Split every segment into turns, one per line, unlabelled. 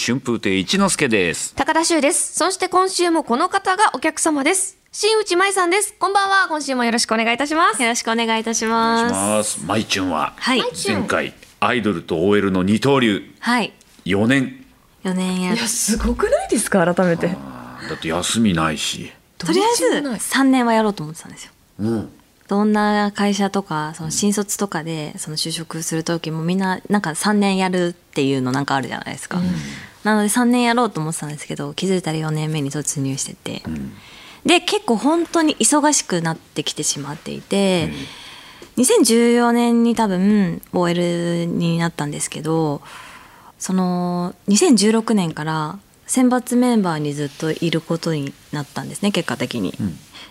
春風亭一之輔です。
高田修です。そして今週もこの方がお客様です。新内舞さんです。こんばんは。今週もよろしくお願いいたします。
よろしくお願いいたし
お願い
ま
し
す。
ます。まいちゅんは、
はい、
チュン
前回アイドルと OL の二刀流
はい、
4年
4年や
い。すごくないですか改めて。
だって休みないし、
とりあ
どうしよ
え
うも
ず
ない
3年はやろうと思ってたんですよ。
うん、
どんな会社とかその新卒とかでその就職する時もみんななんか3年やるっていうのなんかあるじゃないですか、なので3年やろうと思ってたんですけど気づいたら4年目に突入してて、で結構本当に忙しくなってきてしまっていて、2014年に多分 OL になったんですけどその2016年から選抜メンバーにずっといることになったんですね結果的に、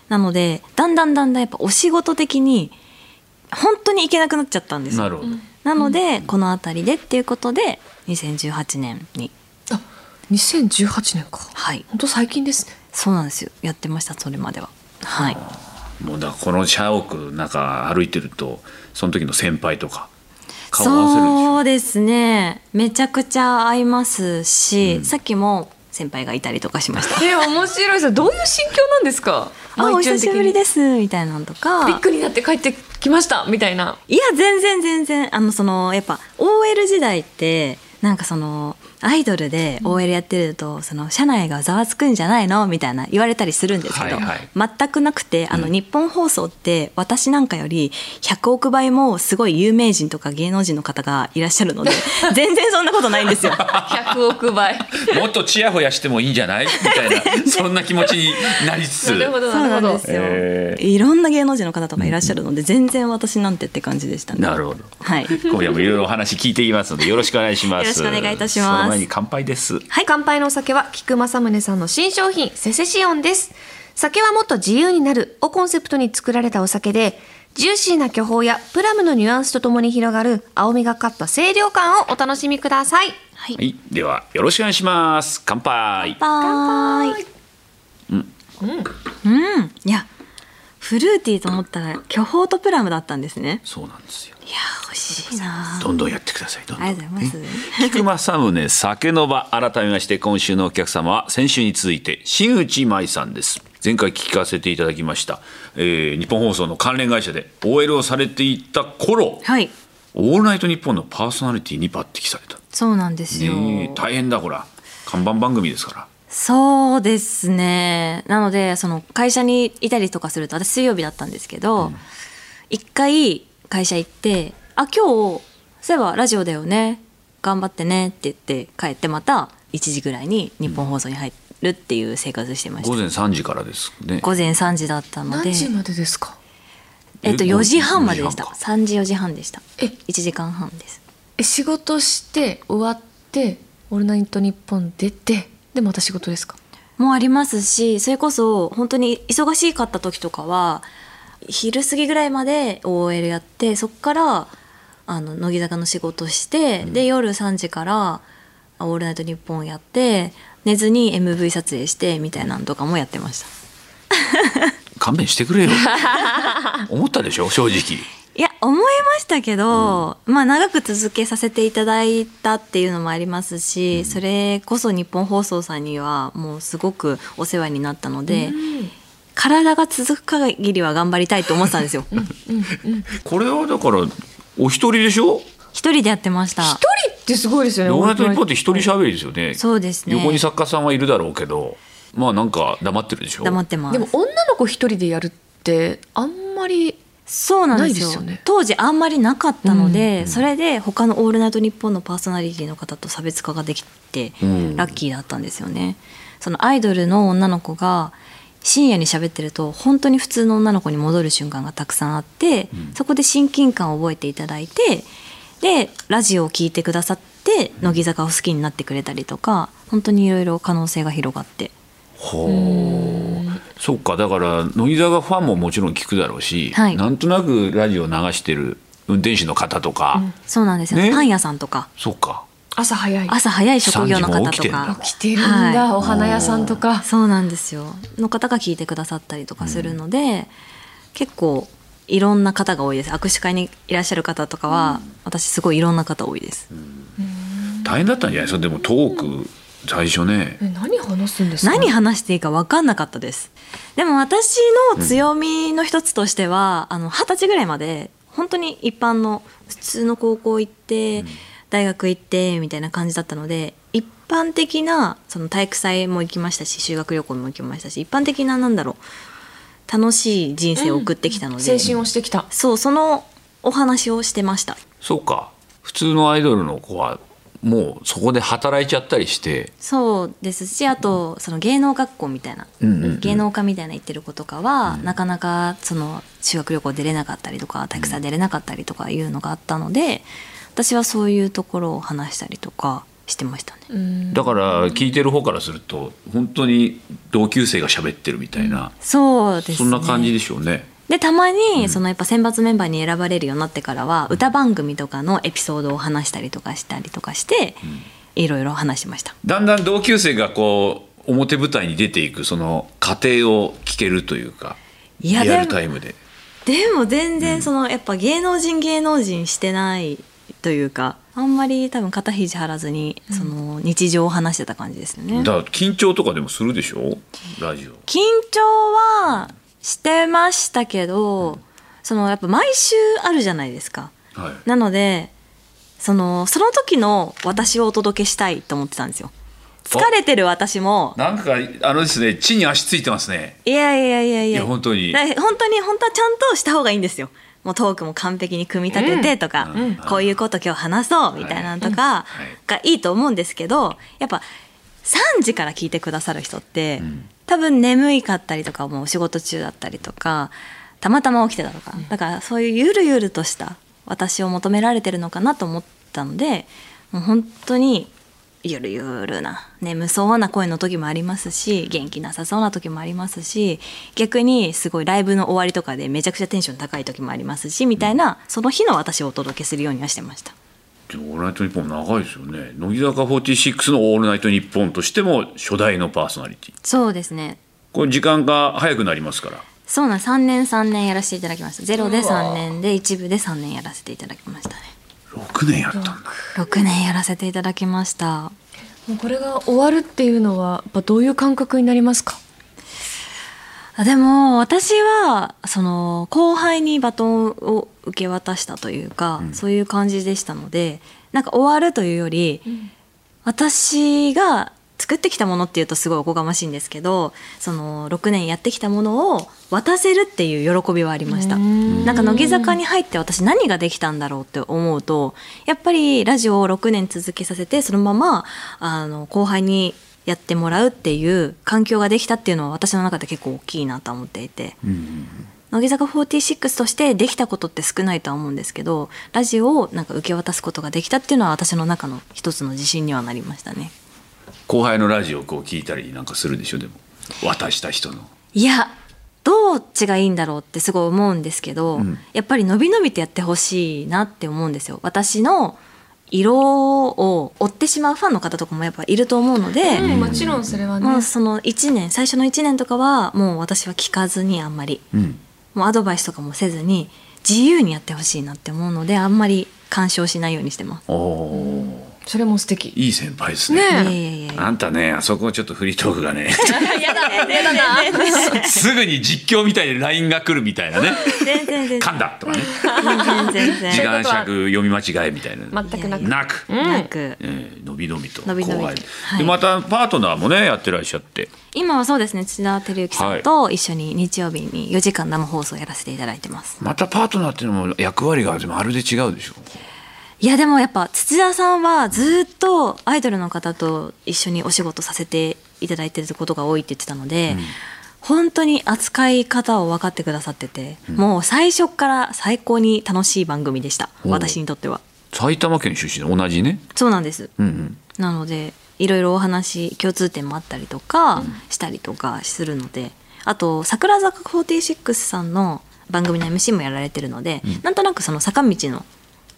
なのでだんだんだんだんやっぱお仕事的に本当に行けなくなっちゃったんですよ
なるほど。
なので、この辺りでっていうことで2018年に
あ、2018年か。
はい
本当最近ですね。
そうなんですよやってましたそれまでははい
もうだからこの社屋の中歩いてると、その時の先輩とか顔合わせるんでしょ。
そうですねめちゃくちゃ合いますし、さっきも先輩がいたりとかしま した
え、面白いです。どういう心境なんですか
「あお久しぶり
す。
です」みたいなのとか
びっくりになって帰ってきました。みたいな。
いや全然全然あのそのやっぱ OL 時代ってなんかそのアイドルで OL やってると、その社内がざわつくんじゃないのみたいな言われたりするんですけど、
はいはい
全くなくてあの、日本放送って私なんかより100億倍もすごい有名人とか芸能人の方がいらっしゃ るので全然そんなことないんですよ。
100億 倍。
もっとチヤホヤしてもいいんじゃないみたいな そんな気持ちになりつつ
なるほど、
そう
な
な
る
んで
ほど。
すよ、
え
いろんな芸能人の方とかいらっしゃるので全然私なんてって感じでしたね。
なるほど
はい
今夜もいろいろお話聞いていきますのでよろしくお願いします
よろしくお願いいたします
その前に乾杯です
はい、乾杯のお酒は菊正宗さんの新商品セセシオンです酒はもっと自由になるをコンセプトに作られたお酒でジューシーな巨峰やプラムのニュアンスとともに広がる青みがかった清涼感をお楽しみください
はい
はい、ではよろしくお願いします乾杯
乾杯うん、うん、いやフルーティーと思ったら巨峰とプラムだったんですね
そうなんですよ
いやー美味しいな
どんどんやってくださいどんどん
ありがとうございます
菊間さむね酒の場改めまして今週のお客様は先週に続いて新内舞さんです前回聞かせていただきました、えー、日本放送の関連会社で OL をされていた頃
はい
「オールナイトニッポン」のパーソナリティに抜擢された、
そうなんですよ、
ねえ、大変だほら看板番組ですから
そうですねなのでその会社にいたりとかすると私水曜日だったんですけど一、回会社行って「あ今日そういえばラジオだよね頑張ってね」って言って帰ってまた1時ぐらいに日本放送に入るっていう生活してました、
午前3時からですね
午前3時だったので
までですか
えっと
え
4時半まででした
4時
3時4時半でした
え
1時間半です
仕事して終わって「オールナイトニッポン」出てでまた仕事ですか
もうありますしそれこそ本当に忙しかった時とかは昼過ぎぐらいまで OL やってそっからあの乃木坂の仕事して、で夜3時から「オールナイトニッポン」やって寝ずに MV 撮影してみたいなのとかもやってました
勘弁してく れよ思ったでしょ正直
いや思いましたけど、まあ長く続けさせていただいたっていうのもありますし、それこそ日本放送さんにはもうすごくお世話になったので、体が続く限りは頑張りたいと思ってたんですよ
これはだからお一人でしょ
一人でやってました
人ってすごいですよ
でオールナイトニッポンって一人喋りですよね
そうですね
横に作家さんはいるだろうけどまあなんか黙ってるでしょ
黙ってます
でも女の子一人でやるってあんまり
そうなんですよ
ないですよね
当時あんまりなかったので、それで他の「オールナイトニッポン」のパーソナリティの方と差別化ができて
うん
ラッキーだったんですよね。そのアイドルの女の子が深夜に喋ってると本当に普通の女の子に戻る瞬間がたくさんあって、そこで親近感を覚えていただいてでラジオを聞いてくださって乃木坂を好きになってくれたりとか本当にいろいろ可能性が広がって
ほうそうかだから乃木坂ファンももちろん聞くだろうし、
はい
なんとなくラジオ流してる運転手の方とか、
そうなんですよ、
ね
パン屋さんとか
そうか
朝早い
朝早い職業の
3時も
方
起き
と
てん
か
だ
起きてるんだ、
はい
お花屋さんとか
そうなんですよの方が聞いてくださったりとかするので、結構いろんな方が多いです握手会にいらっしゃる方とかは、私すごいいろんな方多いです、
大変だったんじゃないですかでもトーク最初ね
え何話すんですか
何話していいか分かんなかったですでも私の強みの一つとしてはあの二十歳ぐらいまで本当に一般の普通の高校行って、大学行ってみたいな感じだったので一般的なその体育祭も行きましたし修学旅行も行きましたし一般的ななんだろう楽しい人生を送ってきたので、
青春をしてきた
そうそのお話をしてました
そうか普通のアイドルの子はもうそこで働いちゃったりして
そうですしあとその芸能学校みたいな、
うんうんうん
芸能科みたいな行ってる子とかは、なかなかその修学旅行出れなかったりとか体育祭出れなかったりとかいうのがあったので私はそういうところを話したりとかしてましたね。
うん
だから聞いてる方からすると本当に同級生が喋ってるみたいな、
そうですね、
そんな感じでしょうね。
でたまにそのやっぱ選抜メンバーに選ばれるようになってからは、歌番組とかのエピソードを話したりとかしたりとかして、いろいろ話しました。
だんだん同級生がこう表舞台に出ていくその過程を聞けるというか
いや
リア
で
ル
も
タイムで
でも全然その、やっぱ芸能人芸能人してないというかあんまり多分肩肘張らずにその日常を話してた感じですよ
だ
ね、緊
から緊張とかでもするでしょラジオ。
張はしてましたけど、そのやっぱ毎週あるじゃないですか
はい
なのでそのその時の私をお届けしたいと思ってたんですよ疲れてる私も
なんかあのですね地に足ついてますね。
いやいやいやい
い
や
や本当に。
だから本当に本当はちゃんとした方がいいんですよもうトークも完璧に組み立ててとか、
うん
こういうこと今日話そうみたいなのとかがいいと思うんですけどやっぱ3時から聞いてくださる人って、
ん
多分眠いかったりとかもうお仕事中だったりとかたまたま起きてたとかだからそういうゆるゆるとした私を求められてるのかなと思ったのでもう本当にゆるゆるな眠そうな声の時もありますし元気なさそうな時もありますし逆にすごいライブの終わりとかでめちゃくちゃテンション高い時もありますしみたいなその日の私をお届けするようにはしてました。
でもオールナイトニッポン長いですよね。乃木坂46のオールナイトニッポンとしても初代のパーソナリティ。
そうですね
これ時間が早くなりますから。
そうなん3年3年やらせていただきましたゼロで
うわ
3年で一部で3年やらせていただきましたね
6年やったんだ。
6年やらせていただきました
もうこれが終わるっていうのはやっぱどういう感覚になりますか
あでも私はその後輩にバトンを受け渡したというか、そういう感じでしたのでなんか終わるというより、私が作ってきたものっていうとすごいおこがましいんですけどその6年やってきたものを渡せるっていう喜びはありました。
うん
なんか乃木坂に入って私何ができたんだろうって思うとやっぱりラジオを6年続けさせてそのままあの後輩にやってもらうっていう環境ができたっていうのは私の中で結構大きいなと思っていて乃木坂46としてできたことって少ないとは思うんですけどラジオをなんか受け渡すことができたっていうのは私の中の一つの自信にはなりましたね。
後輩のラジオをこう聞いたりなんかするでしょでも渡した人の。
いやどっちがいいんだろうってすごい思うんですけど、
ん
やっぱり伸び伸びとやってほしいなって思うんですよ私の色を追ってしまうファンの方とかもやっぱいると思うので、
うんもちろんそれはね
もうその1年最初の1年とかはもう私は聞かずにあんまり
うん。
もうアドバイスとかもせずに自由にやってほしいなって思うのであんまり干渉しないようにしてます。
おお
それも素敵
ー。いい先輩です
ね
ね。
いや
え
いやいやいや
あんたねあそこちょっとフリートークがね
やだやだな
すぐに実況みたいに LINE が来るみたいな ね
全然全然
噛んだと かね
全然全
時
然
間尺読み間違えみたいな
全くなく
なく、
なく
えー、のびのびと後
のびのび
輩
とはい
でまたパートナーもねやってらっしゃって
今はそうですね土田照之さんと一緒に日曜日に4時間生放送やらせていただいてます、
またパートナーっていうのも役割がまるで違うでしょ
い、やでもやっぱ土田さんはずっとアイドルの方と一緒にお仕事させていただいてることが多いって言ってたので、本当に扱い方を分かってくださってて、もう最初から最高に楽しい番組でした
おう
私にとっては
埼玉県出身で同じね
そうなんです
うんうん
なのでいろいろお話共通点もあったりとかしたりとかするので、あと桜坂46さんの番組の MC もやられてるので、なんとなくその坂道の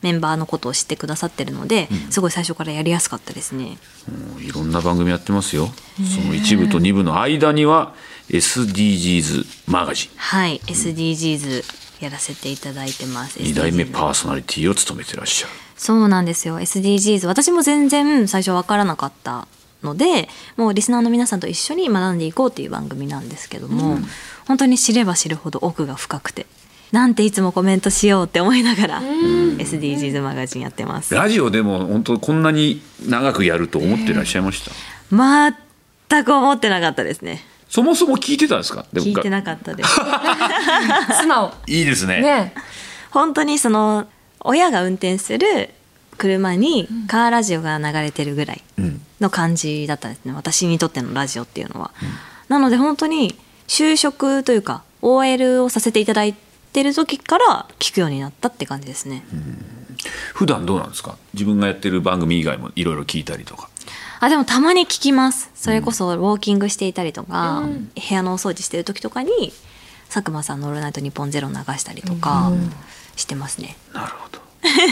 メンバーのことを知ってくださってるので、すごい最初からやりやすかったですね。
もういろんな番組やってますよその一部と二部の間には SDGs マガジン
はい、SDGs やらせていただいてます。
2代目
SDGs
パーソナリティを務めてらっしゃる
そうなんですよ SDGs 私も全然最初わからなかったのでもうリスナーの皆さんと一緒に学んでいこうという番組なんですけども、本当に知れば知るほど奥が深くてなんていつもコメントしようって思いながら SDGs マガジンやってます。
ラジオでも本当こんなに長くやると思ってらっしゃいました、
全く思ってなかったですね
そもそも聞いてたんですかでも
聞いてなかったです
素直。
いいですね
ね
本当にその親が運転する車にカーラジオが流れてるぐらい
うん
の感じだったですね私にとってのラジオっていうのは、なので本当に就職というか OL をさせていただいてる時から聞くようになったって感じですね、
普段どうなんですか自分がやってる番組以外もいろいろ聞いたりとか
あでもたまに聞きますそれこそウォーキングしていたりとか、
うん
部屋のお掃除してる時とかに佐久間さんの「オールナイトニッポンゼロ流したりとかしてますね、
なるほど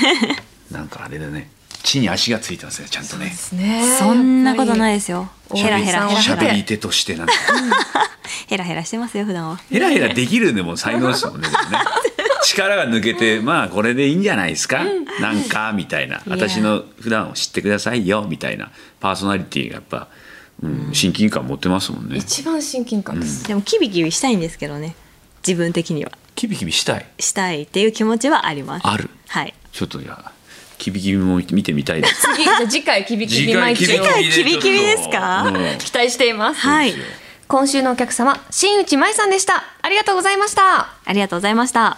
なんかあれだね地に足がついてますねちゃんとね
ですね。
そんなことない
い。
ですよ
ぱり
ヘラヘラ
おじ
ヘ
さ
し
ん
ゃ
ラ
は
ヘ
べ
ラ
り手として なんか
ヘラヘラしてますよ普段は
ヘラヘラできるでも才能ですも んねでもね力が抜けてまあこれでいいんじゃないですかなんかみたいな私の普段を知ってくださいよみたいなパーソナリティがやっぱ、うん、親近感持ってますもんね
一番親近感です。
でもキビキビしたいんですけどね自分的には
キビキビしたい
したいっていう気持ちはあります
ある
はい
ちょっとじゃあキビキビも見てみたいです
次、じゃあ次回キビキビマイ チ
次
を
回キビキビですか
期待しています。
はい
今週のお客様、新内舞さんでした。ありがとうございました。
ありがとうございました